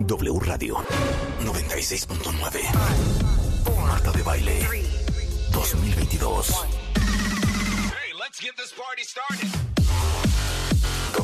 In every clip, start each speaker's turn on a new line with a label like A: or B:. A: W Radio 96.9 Marta de Baile 2022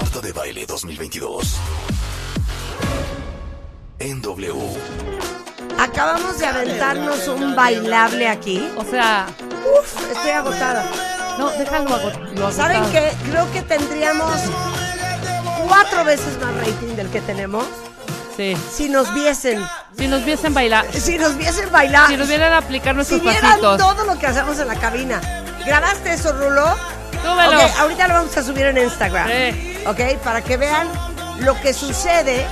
A: Marta de Baile 2022. En W.
B: Acabamos de aventarnos un bailable aquí.
C: O sea,
B: Uf, estoy agotada.
C: no, déjalo agot- lo agotado.
B: ¿Saben qué? Creo que tendríamos cuatro veces más rating del que tenemos
C: Sí.
B: si nos viesen.
C: Si nos viesen bailar,
B: Si nos viesen bailar.
C: si nos vieran aplicar
B: Si
C: nuestros
B: vieran
C: pasitos.
B: todo lo que hacemos en la cabina. ¿Grabaste eso, Rulo?
C: Súbelo.
B: Ok, ahorita lo vamos a subir en Instagram.
C: Sí.
B: Ok, para que vean lo que sucede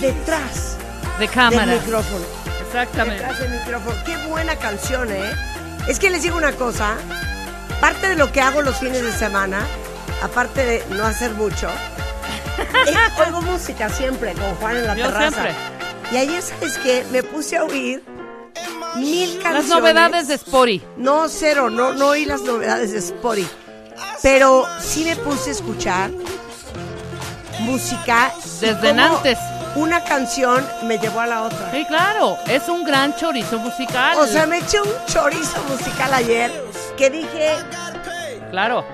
B: detrás
C: De cámara.
B: del micrófono.
C: Exactamente.
B: Detrás del micrófono. Qué buena canción, ¿eh? Es que les digo una cosa. Parte de lo que hago los fines de semana, aparte de no hacer mucho, es- oigo música siempre con Juan en la
C: Yo
B: terraza.
C: siempre.
B: Y ayer, ¿sabes qué? Me puse a oír mil
C: Las
B: canciones.
C: novedades de Spory.
B: No, cero, no, no oí las novedades de Spotify. Pero sí me puse a escuchar música. y
C: Desde
B: cómo
C: antes.
B: Una canción me llevó a la otra.
C: Sí, claro. Es un gran chorizo musical.
B: O sea, me eché un chorizo musical ayer que dije,
C: Claro.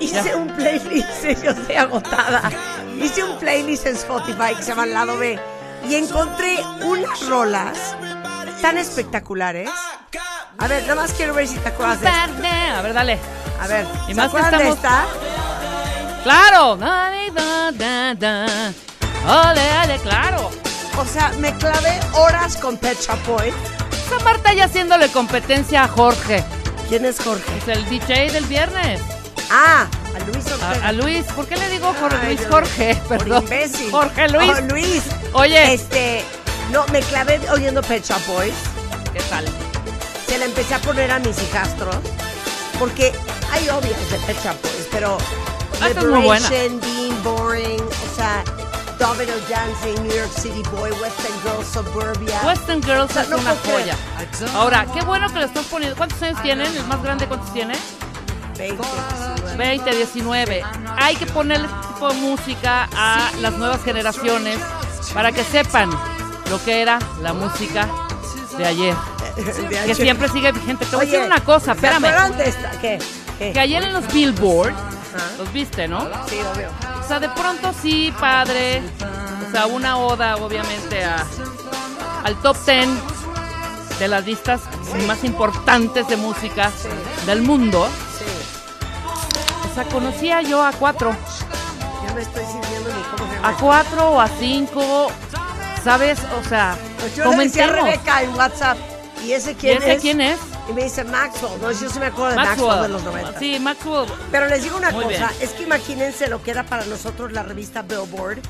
B: hice
C: Ya.
B: un playlist, yo estoy agotada. Hice un playlist en Spotify que se llama Lado B y encontré unas rolas tan espectaculares. A ver, nada más quiero ver si te acuerdas de esta.
C: A ver, dale.
B: A ver,
C: Y
B: ¿se
C: más que
B: acuerdan de
C: estamos-
B: esta?
C: Claro. Dale, da, da, da. Ole, ole, claro.
B: O sea, me clavé horas con Pet Shop Boys.
C: Está Marta ya haciéndole competencia a Jorge.
B: ¿Quién es Jorge?
C: Es el DJ del viernes.
B: Ah, a Luis Ortega.
C: A, a Luis. ¿Por qué le digo Jorge?
B: Ay,
C: Luis
B: Dios
C: Jorge,
B: mío, por
C: perdón.
B: imbécil.
C: Jorge Luis.
B: Oh, Luis.
C: Oye.
B: Este, no, me clavé oyendo Pet Shop Boys.
C: ¿Qué tal?
B: Se la empecé a poner a mis hijastros. Porque hay obvias de Pet Shop Boys, pero...
C: Ah, esta es muy buena.
B: Liberation, Being Boring, o sea... Domino Dancing, New York City Boy, Western Girls, Suburbia.
C: Western Girls
B: O sea,
C: es
B: no
C: una
B: puedo creer.
C: joya. Ahora, qué bueno que lo estás poniendo. ¿Cuántos años tienen? ¿El más grande cuántos tiene?
B: 20, 19.
C: 20, 19. Hay que ponerle este tipo de música a las nuevas generaciones para que sepan lo que era la música de ayer.
B: De
C: Que
B: ayer.
C: siempre sigue vigente. Te voy a decir
B: Oye,
C: una cosa,
B: ¿se
C: espérame.
B: acuerdan de esta? ¿Qué? ¿Qué?
C: Que ayer en los Billboard,
B: Ajá.
C: los viste, ¿no?
B: Sí, obvio.
C: O sea, de pronto sí, padre. O sea, una oda, obviamente, a- al top 10 de las listas más importantes de música del mundo.
B: Sí.
C: O sea, conocía yo a cuatro.
B: Yo me estoy sirviendo ni cómo se
C: A
B: llama.
C: cuatro o a cinco. ¿Sabes? O sea,
B: Pues yo le decía a
C: comentemos.
B: Rebeca en WhatsApp, ¿y ese
C: ¿Y
B: quién
C: ese
B: es?
C: quién es?
B: Y me dice Maxwell. No, yo sí me acuerdo de Maxwell, de los 90.
C: Sí, Maxwell.
B: Pero les digo una
C: Muy
B: cosa,
C: bien.
B: es que imagínense lo que era para nosotros la revista Billboard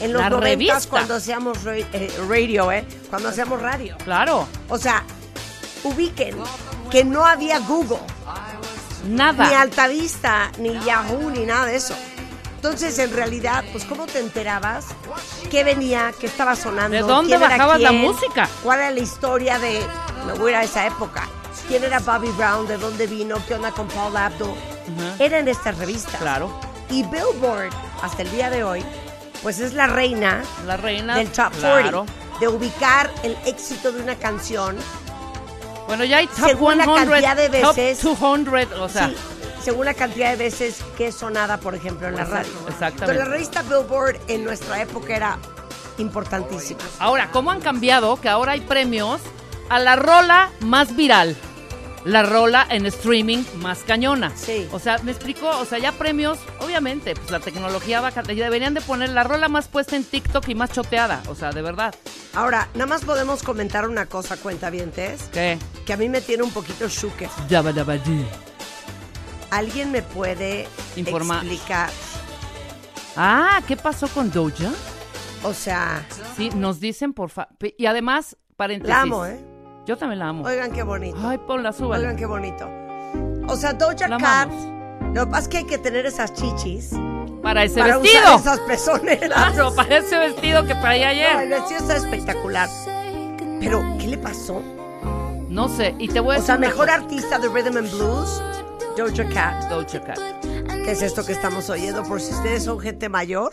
B: en los
C: La
B: 90
C: revista.
B: cuando hacíamos ra- eh, radio, ¿eh? Cuando hacíamos radio.
C: Claro.
B: O sea, ubiquen que no había Google. ni
C: Nada.
B: Altavista, ni Yahoo, ni nada de eso. Entonces, en realidad, pues, ¿cómo te enterabas? ¿Qué venía? ¿Qué estaba sonando?
C: ¿De dónde
B: ¿Quién era
C: bajabas la
B: quién?
C: música?
B: ¿Cuál era la historia de, me voy a ir a esa época? ¿Quién era Bobby Brown? ¿De dónde vino? ¿Qué onda con Paul Abdul?
C: Ujú.
B: Era en estas revistas.
C: Claro.
B: Y Billboard, hasta el día de hoy, pues es la reina
C: La reina.
B: del Top 40.
C: claro.
B: De ubicar el éxito de una canción
C: Bueno, ya hay top
B: Según la
C: 100,
B: cantidad de veces.
C: top 200, o sea,
B: Sí, según la cantidad de veces que es sonada, por ejemplo, en la radio.
C: Pues, Exactamente.
B: Pero la revista Billboard en nuestra época era importantísima.
C: Ahora, ¿cómo han cambiado? Que ahora hay premios a la rola más viral. La rola en streaming más cañona.
B: Sí.
C: O sea, me explicó, o sea, ya premios, obviamente, pues la tecnología va a... ca- Deberían de poner la rola más puesta en TikTok y más choteada, o sea, de verdad.
B: Ahora, nada más podemos comentar una cosa, cuentavientes,
C: ¿Qué?
B: que a mí me tiene un poquito shook.
C: Yabba dabba dee.
B: ¿Alguien me puede
C: Informar.
B: explicar?
C: Ah, ¿qué pasó con Doja?
B: O sea,
C: Sí, nos dicen por fa... pe- Y además, paréntesis.
B: la amo, ¿eh?
C: Yo también la amo.
B: Oigan qué bonito.
C: Ay, ponla, súbala.
B: Oigan qué bonito. O sea, Doja
C: La
B: Cat,
C: amamos.
B: lo que pasa es que hay que tener esas chichis
C: Para ese
B: para
C: vestido.
B: usar esas pezoneras.
C: Claro, para ese vestido que traía
B: No, el
C: ayer.
B: vestido está espectacular. Pero, ¿qué le pasó?
C: No sé, y te voy a
B: O
C: decir
B: sea,
C: una
B: mejor
C: cosa.
B: artista de rhythm and blues, Doja Cat.
C: Doja Cat.
B: ¿Qué es esto que estamos oyendo? Por si ustedes son gente mayor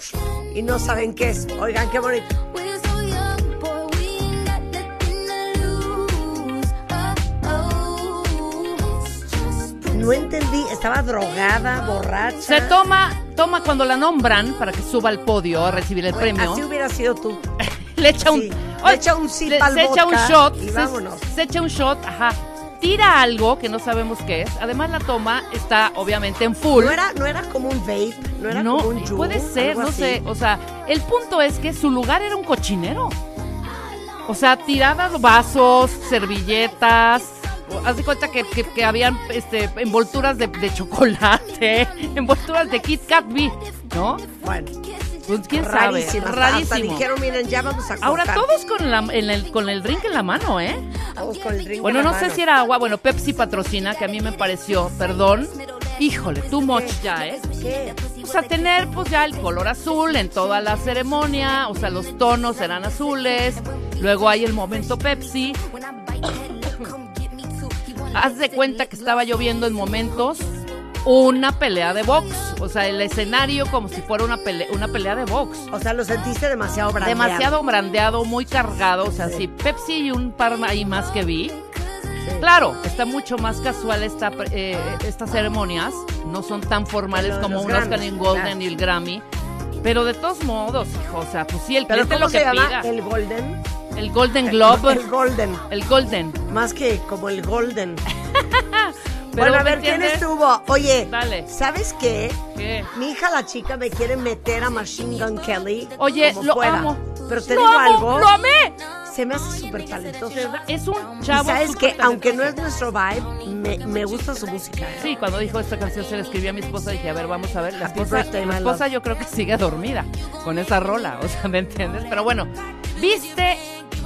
B: y no saben qué es. Oigan, qué bonito. No entendí, estaba drogada, borracha.
C: Se toma, toma cuando la nombran para que suba al podio a recibir el
B: Bueno,
C: premio.
B: Así hubiera sido tú.
C: Le echa un,
B: Sí, le
C: Ay,
B: echa un sip
C: le-
B: al
C: se echa un
B: vodka
C: shot,
B: y
C: se-
B: vámonos.
C: Se, echa un shot, ajá. Tira algo que no sabemos qué es. Además la toma está obviamente en full.
B: No era, no era como un vape, no era
C: No,
B: como un yugo,
C: puede ser,
B: algo
C: no
B: así.
C: sé. O sea, el punto es que su lugar era un cochinero. O sea, tiradas vasos, servilletas. o- Haz de cuenta que, que- que habían este, envolturas de, de chocolate, envolturas de Kit Kat B, ¿no?
B: Bueno,
C: Pues quién
B: rarísimo.
C: sabe,
B: hasta- hasta
C: rarísimo.
B: dijeron, miren, ya vamos a cortar.
C: Ahora todos con, la- en el, con el drink en la mano, ¿eh?
B: Todos con el drink
C: Bueno,
B: en la
C: no sé
B: mano.
C: si era agua, bueno, Pepsi patrocina, que a mí me pareció, perdón, híjole, too much ya, ¿eh?
B: ¿Qué?
C: O sea, tener pues ya el color azul en toda la ceremonia, o sea, los tonos eran azules, luego hay el momento Pepsi. Haz de cuenta que estaba lloviendo en momentos una pelea de box, o sea, el escenario como si fuera una, pele- una pelea de box.
B: O sea, lo sentiste demasiado brandeado.
C: Demasiado brandeado, muy cargado, o sea, sí, Pepsi y un par ahí más que vi. Claro, está mucho más casual esta, pre- eh, estas ceremonias, no son tan formales
B: Pero
C: como
B: los
C: un Oscar
B: Grammys,
C: en Golden
B: claro.
C: y el Grammy, pero de todos modos, hijo, o sea, pues sí, el
B: ¿Pero
C: cliente
B: cómo
C: lo que
B: se llama?
C: pida, el,
B: ¿El Golden?
C: Golden Globe,
B: El Golden.
C: el Golden,
B: Más que como el Golden.
C: pero
B: bueno, a
C: ¿me
B: ver, ¿quién
C: entiendes?
B: estuvo? Oye,
C: Dale.
B: ¿sabes qué?
C: ¿Qué?
B: Mi hija, la chica, me quiere meter a Machine Gun Kelly.
C: Oye,
B: como
C: lo
B: pueda.
C: amo,
B: Pero te
C: lo
B: digo
C: amo,
B: algo.
C: lo amé,
B: Se me hace súper talentoso.
C: De verdad, es un
B: Y
C: chavo
B: sabes
C: súper
B: que, aunque no
C: talentoso.
B: es nuestro vibe, me, me gusta su música. ¿eh?
C: Sí, cuando dijo esta canción se la escribí a mi esposa dije, a ver, vamos a ver, la
B: Happy
C: esposa,
B: birthday,
C: la
B: my
C: esposa
B: love.
C: yo creo que sigue dormida con esa rola, o sea, ¿me entiendes? Pero bueno, viste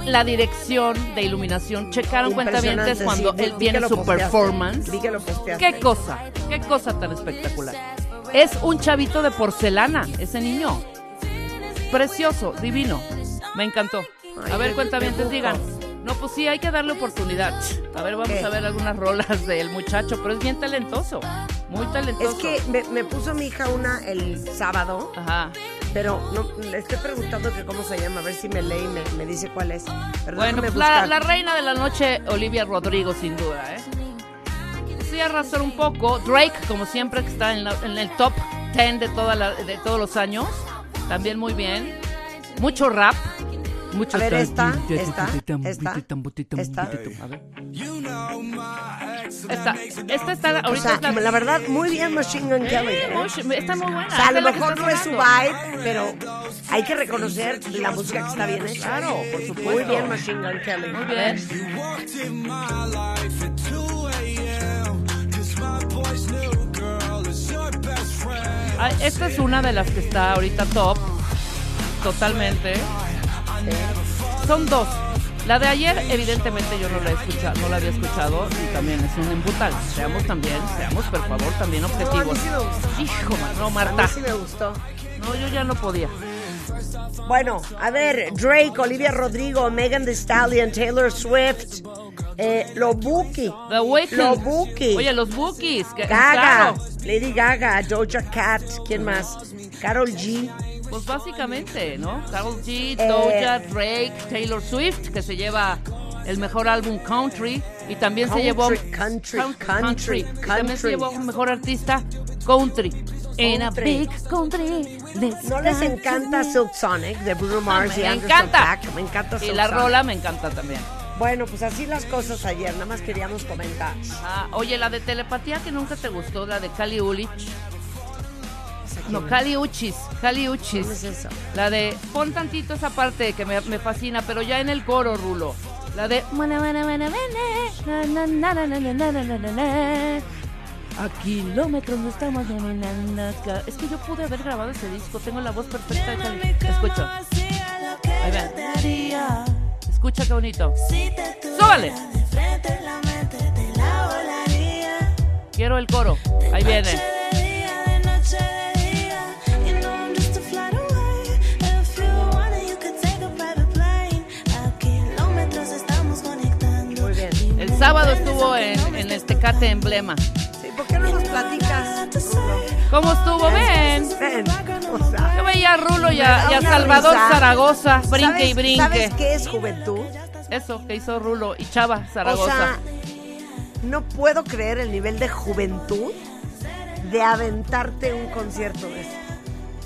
C: la dirección de iluminación, checaron
B: Impresionante,
C: cuentavientes cuando
B: sí, vi-
C: él
B: vi que
C: tiene
B: lo
C: su
B: posteaste,
C: performance.
B: Vi que lo posteaste.
C: Qué cosa, qué cosa tan espectacular. Es un chavito de porcelana, ese niño. Precioso, divino. Me encantó.
B: Ay,
C: A ver,
B: me-
C: cuentavientes,
B: me
C: digan.
B: gustó.
C: No, pues sí, hay que darle oportunidad. A ver, vamos
B: ¿Qué?
C: a ver algunas rolas del muchacho, pero es bien talentoso. Muy talentoso.
B: Es que me, me puso mi hija una el sábado,
C: Ajá.
B: pero no, le estoy preguntando que cómo se llama, a ver si me lee y me, me dice cuál es. Pero
C: Bueno,
B: déjame
C: pues la,
B: buscar.
C: la reina de la noche, Olivia Rodrigo, sin duda, ¿eh? Sí, arrasó un poco. Drake, como siempre, que está en, la- en el top 10 de, toda la- de todos los años. También muy bien. Mucho rap. Mucho
B: A ver,
C: tan-
B: esta,
C: tan-
B: esta,
C: tan-
B: esta,
C: tan- tan-
B: esta.
C: A ver. Esta, esta está,
B: o
C: ahorita
B: sea,
C: es la,
B: la verdad, muy bien Machine Gun Kelly.
C: Eh,
B: ¿eh?
C: Mosh- está muy buena.
B: O sea, a
C: esta
B: lo
C: es la que
B: mejor
C: está
B: no es su
C: sonando.
B: vibe, pero hay que reconocer la música que está bien hecha.
C: Claro, por supuesto.
B: Muy bien Machine Gun Kelly.
C: Muy bien. Ah, Esta es una de las que está ahorita top. Totalmente. Eh, Son dos. La de ayer, evidentemente, yo no la, he escuchado, no la había escuchado y también es un embutal. Seamos también, seamos, por favor, también
B: No, a mí
C: objetivos.
B: sí me gustó.
C: Hijo, no,
B: A mí
C: Marta.
B: sí me gustó.
C: No, yo ya no podía.
B: Bueno, a ver, Drake, Olivia Rodrigo, Megan Thee Stallion, Taylor Swift, eh, lo Buki,
C: The Weeknd.
B: lo Buki,
C: Oye, los Bookies. que-
B: Gaga,
C: claro.
B: Lady Gaga, Doja Cat, ¿quién más? Carol G,
C: Pues básicamente, ¿no? Carol G,
B: Eh,
C: Doja, Drake, Taylor Swift, que se lleva el mejor álbum country y también
B: Country,
C: se llevó
B: country,
C: Count-
B: country,
C: y también
B: country.
C: se llevó mejor artista country. En a
B: Country.
C: big country. this
B: ¿no les
C: country.
B: encanta Silk Sonic de Bruno Mars y
C: me
B: Anderson
C: encanta.
B: Paak? Me encanta
C: Y
B: Silk
C: la
B: Sonic.
C: rola me encanta también.
B: Bueno, pues así las cosas ayer, nada más queríamos comentar.
C: Ah, oye, la de telepatía que nunca te gustó, la de Cali Ulich.
B: O sea,
C: No, Cali Uchis, Cali Uchis.
B: ¿Cómo es eso?
C: La de pon tantito esa parte que me, me fascina, pero ya en el coro, Rulo. La de "Mana, mana, mana, mana, na, na, na, na, na, na, na, na, na, na". a kilómetros no estamos caminando. ca-". Es que yo pude haber grabado ese disco, tengo la voz perfecta de Cali. Escucha, ahí vean. Escucha qué bonito. ¡Súbale! Quiero el coro. Ahí viene.
B: Muy bien.
C: El sábado estuvo en, en este- el Tecate Emblema.
B: Sí, ¿Por qué no nos platicas?
C: ¿Cómo estuvo? Ven.
B: Ven, o sea,
C: Yo veía a Rulo y
B: me da
C: a, y a
B: una
C: Salvador
B: risa.
C: Zaragoza. Brinque
B: ¿Sabes-
C: y brinque.
B: ¿Sabes qué es juventud?
C: Eso que hizo Rulo y Chava
B: O
C: Zaragoza.
B: sea, no puedo creer el nivel de juventud de aventarte un concierto de eso.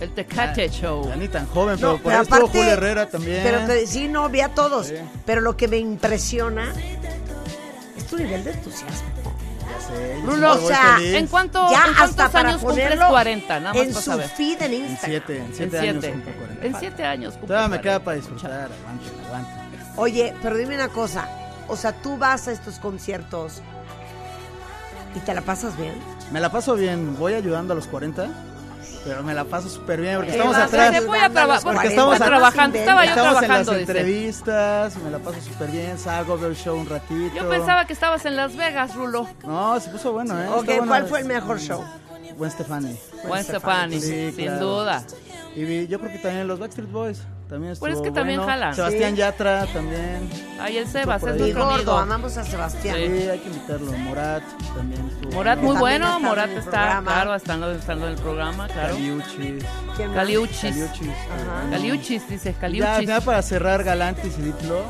C: el Tecate
D: Ah,
C: Show.
D: Ya ni tan joven, pero
B: No,
D: por ahí estuvo Julio Herrera también.
B: Pero te- sí, no, vi a todos.
D: Sí.
B: Pero lo que me impresiona es tu nivel de entusiasmo.
D: Ya sé, yo
C: Rulo,
D: siempre
B: o sea,
D: voy feliz.
C: ¿en cuánto- en cuántos años cumples 40? Nada más
B: en
C: para
B: su
C: saber.
B: feed en
D: En
B: Instagram.
D: siete, en
C: En
D: siete años
C: siete.
D: cumplo 40.
C: En siete años. cumple
D: Todavía me queda
C: 40.
D: para disfrutar, aguante, aguante.
B: Oye, pero dime una cosa. O sea, tú vas a estos conciertos y te la pasas bien.
D: Me la paso bien, voy ayudando a los 40, pero me la paso súper bien porque estamos
C: vas,
D: atrás.
C: te voy a trabajar,
B: Los
D: porque
B: 40,
D: estamos
B: no
C: trabajando,
B: se
C: estaba yo
B: inventa.
D: Estamos en las
C: trabajando, dice.
D: entrevistas, me la paso súper bien, salgo, veo el show un ratito.
C: Yo pensaba que estabas en Las Vegas, Rulo.
D: No, se puso bueno, ¿eh?
B: Ok,
D: Está bueno.
B: ¿cuál fue el mejor show?
D: Gwen Stefani.
C: Juan Stefani,
D: Sí,
C: sin
D: claro.
C: duda.
D: Y vi- yo creo que también los Backstreet Boys. También estuvo
C: Pero es que también
D: bueno.
C: jalan.
D: Sebastián
B: Sí.
D: Yatra también.
C: Ahí el Sebas,
D: por
C: es
D: ahí.
B: Mi
C: nuestro
B: gordo,
C: amigo.
B: amamos a Sebastián.
C: Sí.
D: Sí, hay que invitarlo. Morat también estuvo.
C: Morat muy
B: También
C: bueno,
B: estando
C: Morat
B: en el
C: está,
B: programa.
C: claro, estando, estando en el programa, claro.
D: Caliuchis.
B: ¿Quién más?
C: Caliuchis.
D: Caliuchis. eh,
B: Ajá.
C: Caliuchis, dice
D: Ya,
C: Caliuchis.
D: ya para cerrar Galantis y Diplo.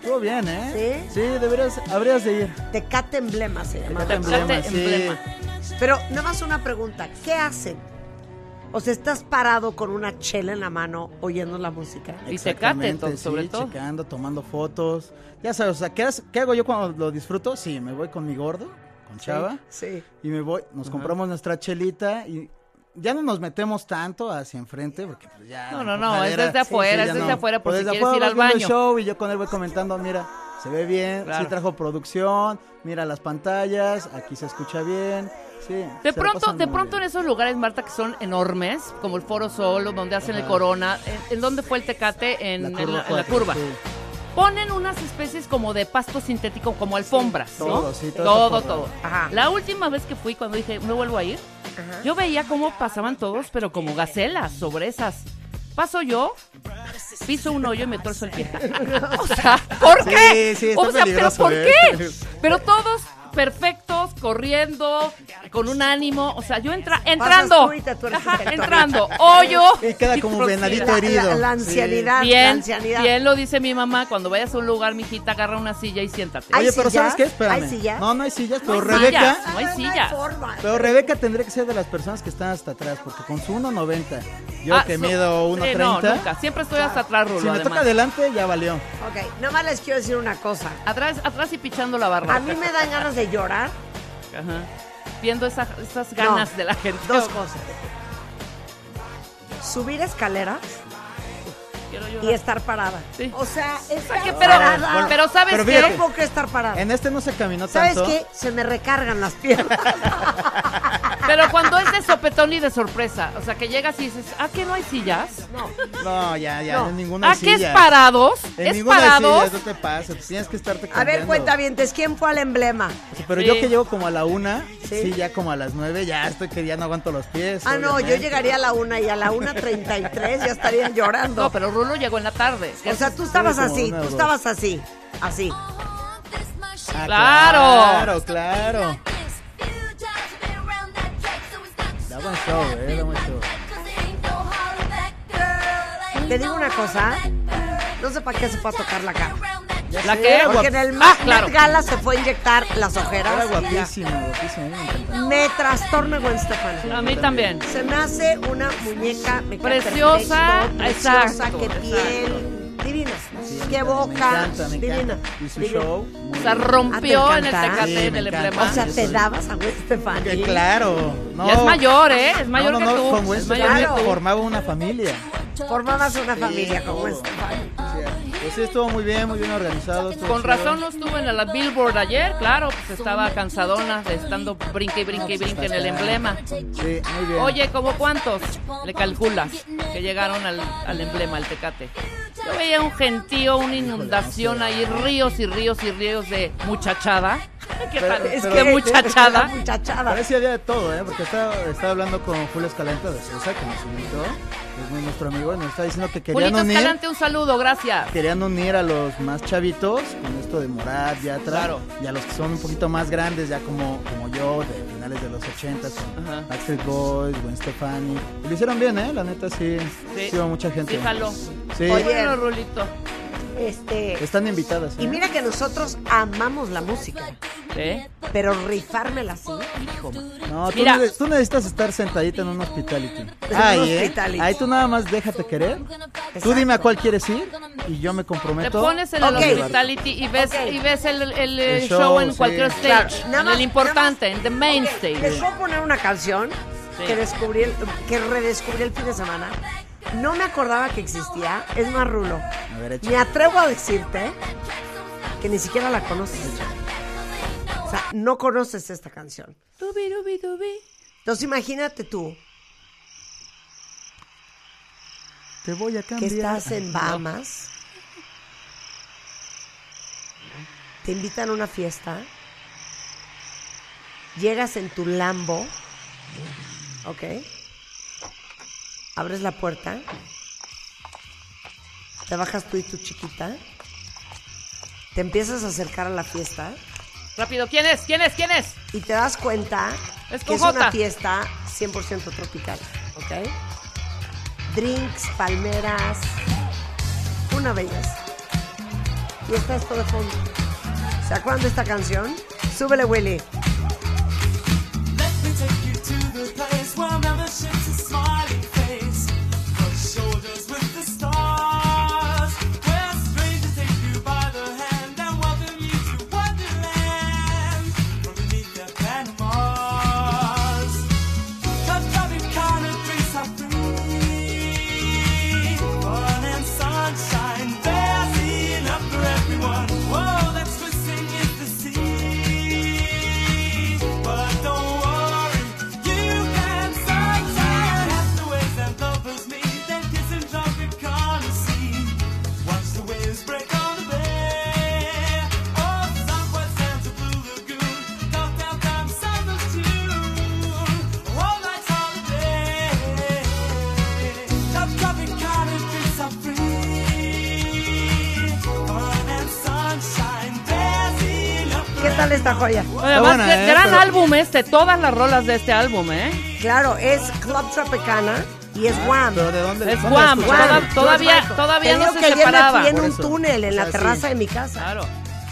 D: Estuvo bien, ¿eh?
B: ¿Sí?
D: Sí, deberías, habrías de ir.
B: Tecate Emblema se llama.
D: Tecate
C: Tecate
D: Emblema, sí.
C: Emblema.
B: Pero nada más una pregunta, ¿qué hacen? O sea, ¿estás parado con una chela en la mano oyendo la música?
C: Y
D: Exactamente,
C: Tecate, to-
D: sí,
C: sobre todo.
D: checando, tomando fotos. Ya sabes, o sea, ¿qué, has- qué hago yo cuando lo disfruto? Sí, me voy con mi gordo, con Chava,
B: Sí.
D: y me voy, nos compramos nuestra chelita y ya no nos metemos tanto hacia enfrente porque pues, ya...
C: No, no,
D: la
C: no,
D: empujadera-
C: es desde afuera,
D: ya
C: es desde afuera, por
D: Pero
C: si
D: desde
C: quieres
D: afuera
C: ir
D: vas
C: al
D: viendo el
C: baño.
D: show y yo con él voy comentando, mira, se ve bien,
C: Claro.
D: sí trajo producción, mira las pantallas, aquí se escucha bien, sí. se
C: De
D: la
C: pronto,
D: pasan
C: de
D: muy
C: pronto en
D: bien.
C: esos lugares, Marta, que son enormes, como el Foro Sol, donde hacen el Corona, ¿en, en dónde fue el Tecate? En en la en la curva.
D: cuatro, sí.
C: Ponen unas especies como de pasto sintético, como alfombras,
D: Sí,
C: ¿no?
D: todo, sí, todo
C: todo.
D: eso
C: todo.
B: Ajá.
C: La última vez que fui, cuando dije, me vuelvo a ir, yo veía cómo pasaban todos, pero como gacelas sobre esas. Paso yo, piso un hoyo y me torzo el pie. o sea, ¿por
D: Sí,
C: qué?
D: sí, está
C: o sea, pero
D: peligroso,
C: ¿por
D: ¿eh?
C: qué? Pero todos perfectos, corriendo, con un ánimo. O sea, yo entra, entrando.
B: tú y te tuerces
C: Ajá,
B: el tobillo.
C: entrando. Hoyo.
D: Y queda como
C: torcida.
D: venadito
B: La,
D: Herido,
B: la- la
D: sí.
B: ancianidad, Ah, la
C: Bien,
B: ancianidad.
C: bien lo dice mi mamá. Cuando vayas a un lugar, mijita, agarra una silla y siéntate.
B: ¿Hay
D: Oye, pero
B: sillas?
D: ¿sabes qué? Espérame.
B: ¿Hay sillas?
D: No, no hay sillas, pero
C: hay
D: Rebeca.
C: sillas. No hay sillas.
B: forma.
D: Pero Rebeca tendría que ser de las personas que están hasta atrás, porque con su 1.90, yo
C: Ah,
D: que
C: so-
D: mido
C: sí, no,
D: 1.30,
C: nunca. Siempre estoy hasta atrás, Rulo,
D: si me toca
C: además.
D: adelante ya valió.
B: Ok, nada más les quiero decir una cosa.
C: Atrás, atrás y pichando la barra.
B: A mí me dan ganas de llorar
C: Ajá. Viendo esa- esas ganas
B: No,
C: de la gente.
B: dos cosas. Subir escaleras
C: Quiero
B: y
C: llorar.
B: estar parada.
C: Sí.
B: O sea, estar
C: Ah, que- pero,
B: parada.
C: pero ¿sabes
D: Pero
C: qué?
D: fíjate.
B: no puedo creer estar parada.
D: En este no se caminó
B: ¿Sabes
D: tanto.
B: qué? Se me recargan las piernas.
C: Pero cuando es de sopetón y de sorpresa, o sea, que llegas y dices, ¿ah, que no hay sillas?
B: No.
D: No, ya, ya,
B: No.
D: en ninguna
C: ¿Ah, que
D: silla.
C: es parados?
D: En
C: ¿Es
D: ninguna
C: parados?
D: silla, no te pases, tienes que estarte
B: A ver,
D: cambiando.
B: cuentavientes, ¿quién fue al emblema?
D: O sea, Pero
C: Sí.
D: yo que llego como a la una,
B: Sí.
D: sí. ya como a las nueve, ya estoy que ya no aguanto los pies.
B: Ah, no, yo
D: obviamente.
B: llegaría a la una y a la una treinta y tres ya estaría llorando.
C: No, pero Rulo llegó en la tarde.
B: o sea, tú estabas
D: como
B: así,
D: una
B: tú
D: voz.
B: estabas así, así.
D: Ah,
C: ¡Claro!
D: Claro, claro. Da buen show, eh, da buen show.
B: Te digo una cosa, no sé para qué se fue a tocar la cara.
C: ¿La
D: sé,
C: qué?
D: era
B: Porque
D: guap-
B: en el
C: Ah,
B: Met
C: claro.
B: Gala se fue a inyectar las
D: Era
B: ojeras.
D: guapísimo, guapísimo, a mí me encantaba.
B: Me trastorna Gwen Stefani.
C: A mí también.
B: Se me hace una muñeca me cae
C: Preciosa,
B: perfecto, preciosa,
C: exacto,
B: qué
C: exacto.
B: piel. Divina.
D: Sí,
B: Qué
D: me
B: boca.
D: encanta, me
B: Divina.
D: encanta. Y su
B: divina.
D: show. muy
C: O sea,
D: bien.
C: rompió
B: Ah,
C: en
B: ¿te
C: el
B: encanta?
C: tecate,
D: Sí,
C: en
D: me
C: el
D: encanta.
C: emblema.
B: O sea,
D: Yo
B: te
D: soy-
B: dabas a Gwen Stefani.
D: Que claro. No.
C: Ya es mayor, ¿eh? Es mayor
D: no, no,
C: que
D: no,
C: tú.
D: Con
C: es
D: Wes
C: mayor
D: Stefani
B: Claro.
C: que tú.
D: formaba una familia.
B: Formabas una familia
D: Sí,
B: como
D: todo.
B: esta.
D: Sí, Pues sí, estuvo muy bien, muy bien organizado. estuvo
C: Con
D: chido.
C: razón no estuve en la Billboard ayer, claro, pues estaba cansadona de estando brinque y brinque y brinque en el emblema.
D: Sí, muy bien.
C: Oye, ¿como cuántos le calculas que llegaron al, al emblema, al Tecate? Yo veía un gentío, una inundación ahí, ríos y ríos y ríos de muchachada. ¿Qué tal?
B: Es
D: Pero-
C: ¿Qué
B: que
C: muchachada?
B: la muchachada.
D: Parece había de todo, ¿eh? Porque estaba, estaba hablando con Julio Escalante de Sosa, que nos invitó, que es muy nuestro amigo, y nos está diciendo que querían
C: Julito
D: unir,
C: Escalante, un saludo, gracias.
D: querían unir a los más chavitos con esto de Morat, Yatra,
C: Claro.
D: y a los que son un poquito más grandes, ya como, como yo, de finales de los 80, con
C: Ajá.
D: Backstreet Boys, Gwen Stefani. Y lo hicieron bien, ¿eh? La neta, sí, sí, hubo mucha gente.
C: Sí, jaló.
D: Sí,
B: Oye.
C: Bueno, Rulito.
B: Este,
D: están invitadas. ¿eh?
B: y mira que nosotros amamos la música,
C: ¿Eh?
B: pero rifármela así, hijo.
D: No, tú,
C: Mira.
D: ne- tú necesitas estar sentadita en un hospitality.
B: un
D: Ahí, ¿eh?
B: hospitality.
D: Ahí tú nada más déjate querer. Tú
B: Exacto.
D: dime a cuál quieres ir y yo me
C: Te
D: comprometo.
C: pones en
B: Ok.
C: el hospitality y ves,
B: Ok.
C: y ves el, el, eh,
D: El
C: show,
D: show,
C: en
D: sí.
C: cualquier
B: Claro,
C: stage,
B: nada
C: en
B: más-
C: el importante,
B: nada más-
C: en the main
B: Ok, Les
C: stage.
B: voy a poner una canción
C: Sí.
B: que descubrí, el- que redescubrí el fin de semana. No me acordaba que existía, es más rulo.
D: A ver, echa.
B: Me atrevo a decirte que ni siquiera la conoces. O sea, no conoces esta canción.
C: Dubi, dubi, dubi.
B: Entonces imagínate tú
D: Te voy a
B: que
D: cambiar.
B: estás en Bahamas, te invitan a una fiesta, llegas en tu Lambo, ¿ok? Abres la puerta, te bajas tú y tu chiquita, te empiezas a acercar a la fiesta
C: Rápido, ¿quién es? ¿Quién es? ¿Quién es?
B: y te das cuenta
C: Es
B: que es
C: cojota.
B: una fiesta 100% tropical, ¿ok? Drinks, palmeras, una belleza. Y está esto de fondo. ¿Se acuerdan de esta canción? Súbele, Willy.
E: Let me take you to the place where membership's a smiling face. From shoulders with the stars. Where strangers take you by the hand and welcome you to Wonderland. From beneath their Panamas. Cause loving kind of drinks are free. Fun and sunshine, there's enough for everyone. Whoa, that's missing is the sea. But don't worry, you can sometimes have the waves that lovers meet. Then kiss and drop your sea. Watch the waves break on the bay. Oh, somewhere stands a blue lagoon. Down, down, down, south of June. All night's holiday. Top, top, and kind of drinks are free. Fun and sunshine, there's enough for
B: ¿Qué tal esta joya?
C: Además,
D: buena,
C: qué
D: ¿eh?
C: gran
D: Pero-
C: álbum este, todas las rolas de este álbum, ¿eh?
B: Claro, es Club Tropicana y es Wham.
D: Pero de dónde
C: Es
D: dónde
C: Guam,
D: escuchaste?
B: Guam.
C: toda- todavía,
B: George
C: todavía
B: Te
C: no
B: digo
C: se
B: que ayer me fui
C: separaba.
B: en
D: Por
B: un
D: eso.
B: túnel en la
D: O sea, sí.
B: terraza de mi casa.
C: Claro.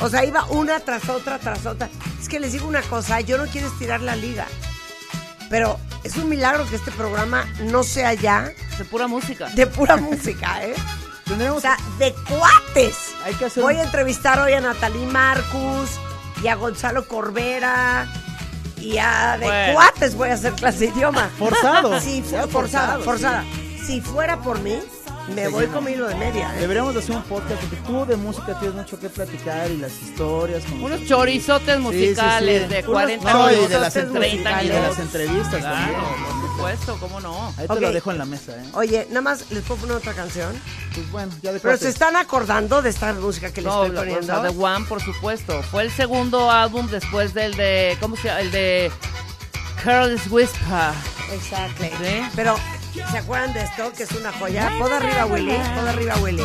B: O sea, iba una tras otra, tras otra. Es que les digo una cosa, yo no quiero estirar la liga. Pero es un milagro que este programa no sea ya
C: De pura música.
B: de pura música, ¿eh?
D: Tendríamos-
B: O sea, de cuates.
D: Hay que hacer
B: Voy
D: un-
B: a entrevistar hoy a Natalie Marcus y a Gonzalo Corvera y a de
C: Bueno.
B: cuates voy a hacer clase de idioma.
D: Forzado.
B: Sí, fu-
D: Ya
B: forzada,
D: forzado,
B: forzada. Si fuera por mí, me voy con mi hilo de media, ¿eh?
D: Deberíamos de hacer un podcast porque tú de música tienes mucho que platicar y las historias. Con
C: Unos chorizotes musicales de
D: Unos-
C: 40
D: no, y
C: minutos,
D: de las,
C: 30
D: entrevistas, y de
C: minutos.
D: las entrevistas
C: Claro,
D: también.
C: por supuesto, ¿cómo no?
D: Ahí
B: Ok.
D: te lo dejo en la mesa, ¿eh?
B: Oye, nada más les puedo poner otra canción.
D: Pues bueno, ya de
B: Pero
D: cuates.
B: se están acordando de esta música que les
C: No,
B: estoy
C: la-
B: poniendo.
C: la de One, por supuesto. Fue el segundo álbum después del de. ¿Cómo se llama? El de. Careless Whisper.
B: Exacto.
C: Sí.
B: Pero, ¿se acuerdan de esto? Que es una joya. Pod arriba, Willy. Pod arriba, Willy.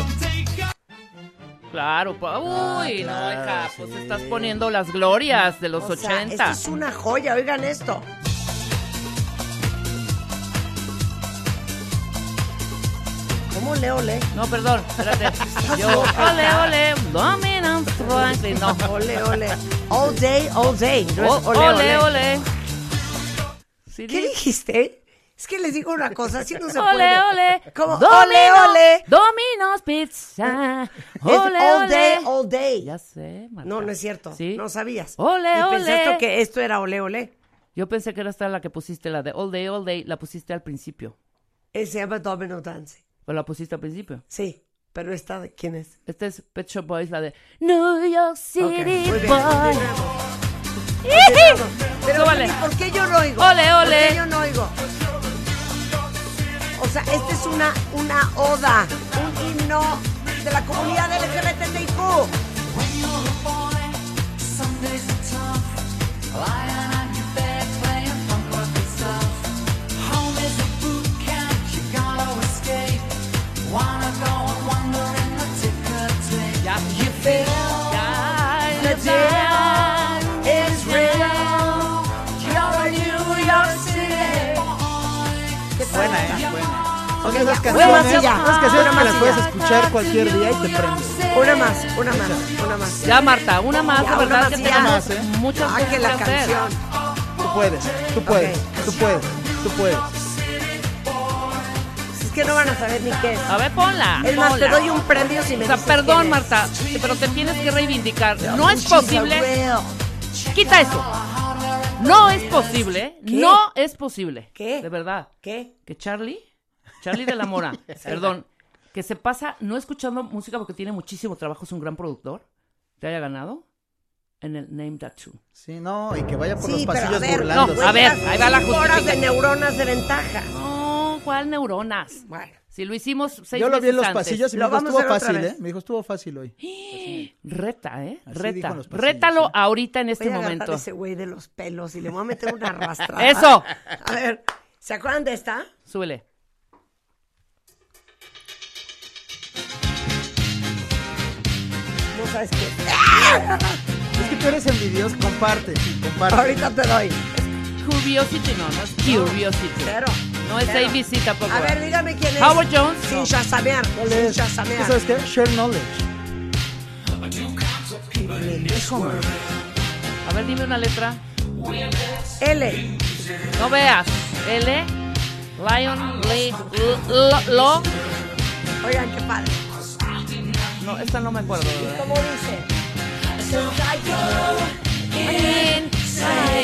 C: Claro, pa- uy, no,
D: claro,
C: hija, pues
D: sí.
C: estás poniendo las glorias de los
B: O sea,
C: 80.
B: esto es una joya. Oigan esto. ¿Cómo le ole?
C: No, perdón, espérate. Yo, ole, ole, Dominant Franklin, no.
B: Ole, ole. All day, all day. No es
C: O-
B: ole, ole.
C: ole, ole. Sí,
B: ¿Qué
C: di-
B: dijiste? Es que les digo una cosa, así no se
C: Ole,
B: puede.
C: ole.
B: Como,
C: Domino-
B: ole, ole.
C: Domino's Pizza.
B: Es
C: Ole,
B: all
C: ole.
B: day, all day.
C: Ya sé, Marta.
B: No, no es cierto.
C: Sí.
B: No sabías.
C: Ole,
B: y
C: ole.
B: pensaste que esto era ole, ole.
C: Yo pensé que era esta la que pusiste, la de All Day, All Day. La pusiste al principio.
B: Eh, se llama Domino Dance.
C: O la pusiste al principio.
B: Sí, pero esta de quién es.
C: Esta es Pet Shop Boys, la de New York City
B: Ok, muy bien,
C: Boy.
B: continuemos.
C: ¡Iji!
B: Pero
C: Súbale.
B: ¿y ¿por qué yo no oigo?
C: Ole, ole.
B: ¿Por qué yo no oigo? O sea, esta es una, una oda, un himno de la comunidad LGBTIQ.
C: Ya. Ya, ya, ya.
D: Buena, ¿eh? Buena. Son
B: Ok,
D: esas
B: ya, una más
D: canciones,
B: y ya.
D: esas
B: Una
D: canciones que
B: más
D: las
B: y
D: puedes
B: ya.
D: escuchar cualquier día y te prendes.
B: Una más, una más, una más.
C: Ya, Marta, una más,
B: Ya,
C: de
B: una
C: verdad
B: más
C: que
B: y ya.
C: tenemos
D: Más, ¿eh?
C: muchas
B: Ah,
C: cosas
B: que la
C: que hacer.
B: canción.
D: Tú puedes, tú puedes, tú puedes, tú puedes.
B: Es que no van a saber ni qué es.
C: A ver, ponla.
B: Es más, te
C: ponla.
B: doy un premio si me
C: O sea,
B: dices quién
C: perdón,
B: es.
C: Marta, pero te tienes que reivindicar. No es
B: She's a
C: posible.
B: real.
C: Quita eso. No es posible.
B: ¿Qué?
C: No es posible.
B: ¿Qué?
C: De verdad.
B: ¿Qué?
C: Que Charlie, Charlie de la Mora, perdón, que se pasa no escuchando música porque tiene muchísimo trabajo, es un gran productor, te haya ganado en el Name That Tune.
D: Sí, no, y que vaya por
B: Sí,
D: los
B: pero a
D: pasillos
B: ver,
D: burlando. Ah,
C: No, a ver, ahí va la
B: cinco horas de
C: justificación.
B: neuronas de ventaja.
C: No, Oh, ¿cuál neuronas?
B: Bueno,
C: Si lo hicimos seis
D: Yo lo vi
C: meses
D: en los
C: antes.
D: pasillos y
B: Lo
D: me dijo,
B: vamos a
D: estuvo
B: hacer otra
D: fácil,
B: vez.
D: ¿eh? Me dijo, estuvo fácil hoy.
C: Reta, ¿eh?
D: Así
C: Reta.
D: dijo en los pasillos,
C: Rétalo
D: ¿eh?
C: ahorita en
B: voy
C: este
B: a agarrar
C: momento.
B: a ese güey de los pelos y le voy a meter una arrastrada.
C: Eso.
B: A ver, ¿se acuerdan de esta?
C: Súbele.
B: No sabes qué.
D: Es que tú eres envidioso, comparte, sí, comparte.
B: Ahorita te doy.
C: Curiosity, no, no es Curiosity.
B: Cero.
C: No es
B: cero.
C: ABC tampoco.
B: A ver, dígame quién es.
C: Howard Jones.
B: Sin
C: No.
B: chasamear.
D: ¿Cuál
B: Sin
D: es?
B: chasamear.
D: ¿Sabes qué? Share knowledge.
C: A ver, dime una letra.
B: L.
C: No veas. L. Lion, Lee, Lo, Lo.
B: Oigan, qué padre.
C: No, esta no me acuerdo. ¿verdad?
B: ¿Cómo dice?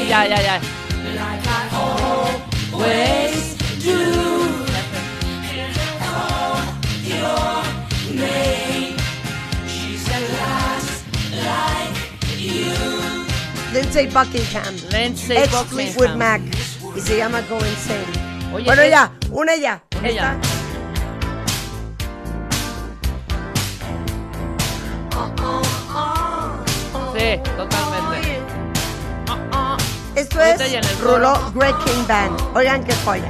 C: Ya, ya, ya.
B: Lindsay Buckingham.
C: Lindsay
B: Ex
C: Buckingham.
B: Fleetwood Mac. Y se llama Go Insane.
C: Oye,
B: bueno,
C: es-
B: ya. Una ya.
C: Ella. Sí, totalmente.
B: Esto
C: Ahorita
B: es
C: ya en el
B: Rulo
C: rolo.
B: Breaking Band. Oigan qué joya.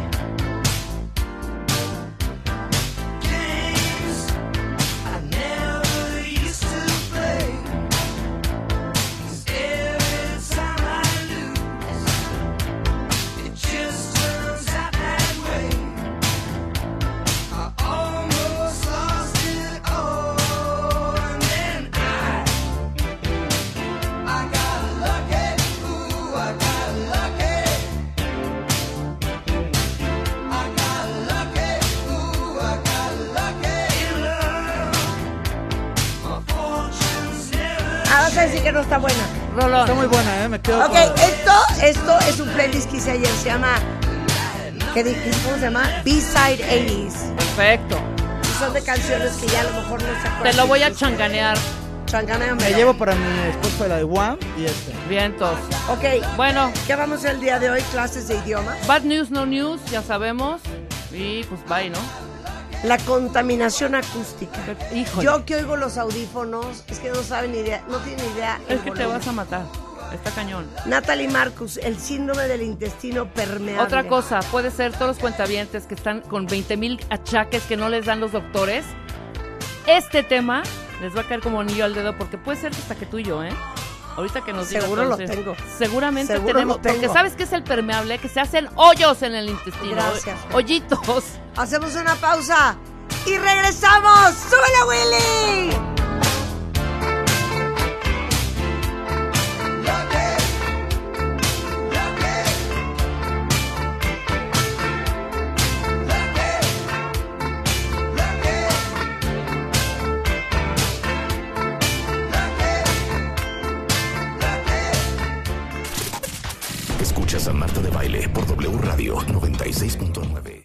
B: Ah, vas a decir que no está buena.
C: Rolón.
D: Está muy buena, ¿eh? Me quedo
B: Ok,
D: con...
B: esto, esto es un playlist que hice ayer. Se llama. ¿Qué dije? ¿Cómo se llama? B-Side 80s.
C: Perfecto.
B: Y son de canciones que ya a lo mejor no se acuerdan.
C: Te lo voy a changanear.
B: Changanéamelo.
D: Me llevo para mi esposa la de Wham y este.
C: Vientos.
B: Ok,
C: Bueno,
B: ¿qué vamos a hacer el día de hoy? Clases de idiomas.
C: bad news, no news, ya sabemos. Y pues bye, ¿no?
B: La contaminación acústica.
C: Híjole.
B: Yo que oigo los audífonos, es que no saben ni idea, no tienen ni idea. el
C: Es que te
B: volumen.
C: vas a matar. Está cañón.
B: Natalie Marcus, el síndrome del intestino permeable.
C: Otra cosa, puede ser todos los cuentavientes que están con 20 mil achaques que no les dan los doctores. Este tema les va a caer como anillo al dedo porque puede ser que hasta que tú y yo, ¿eh? Ahorita que nos digas,
B: Seguro lo
C: entonces,
B: tengo.
C: Seguramente
B: Seguro
C: tenemos.
B: lo tengo.
C: Porque sabes que es el permeable, que se hacen hoyos en el intestino.
B: Gracias.
C: Hoyitos.
B: Hacemos una pausa y regresamos. ¡Súbele, Willy!
A: Marta de Baile por W Radio 96.9.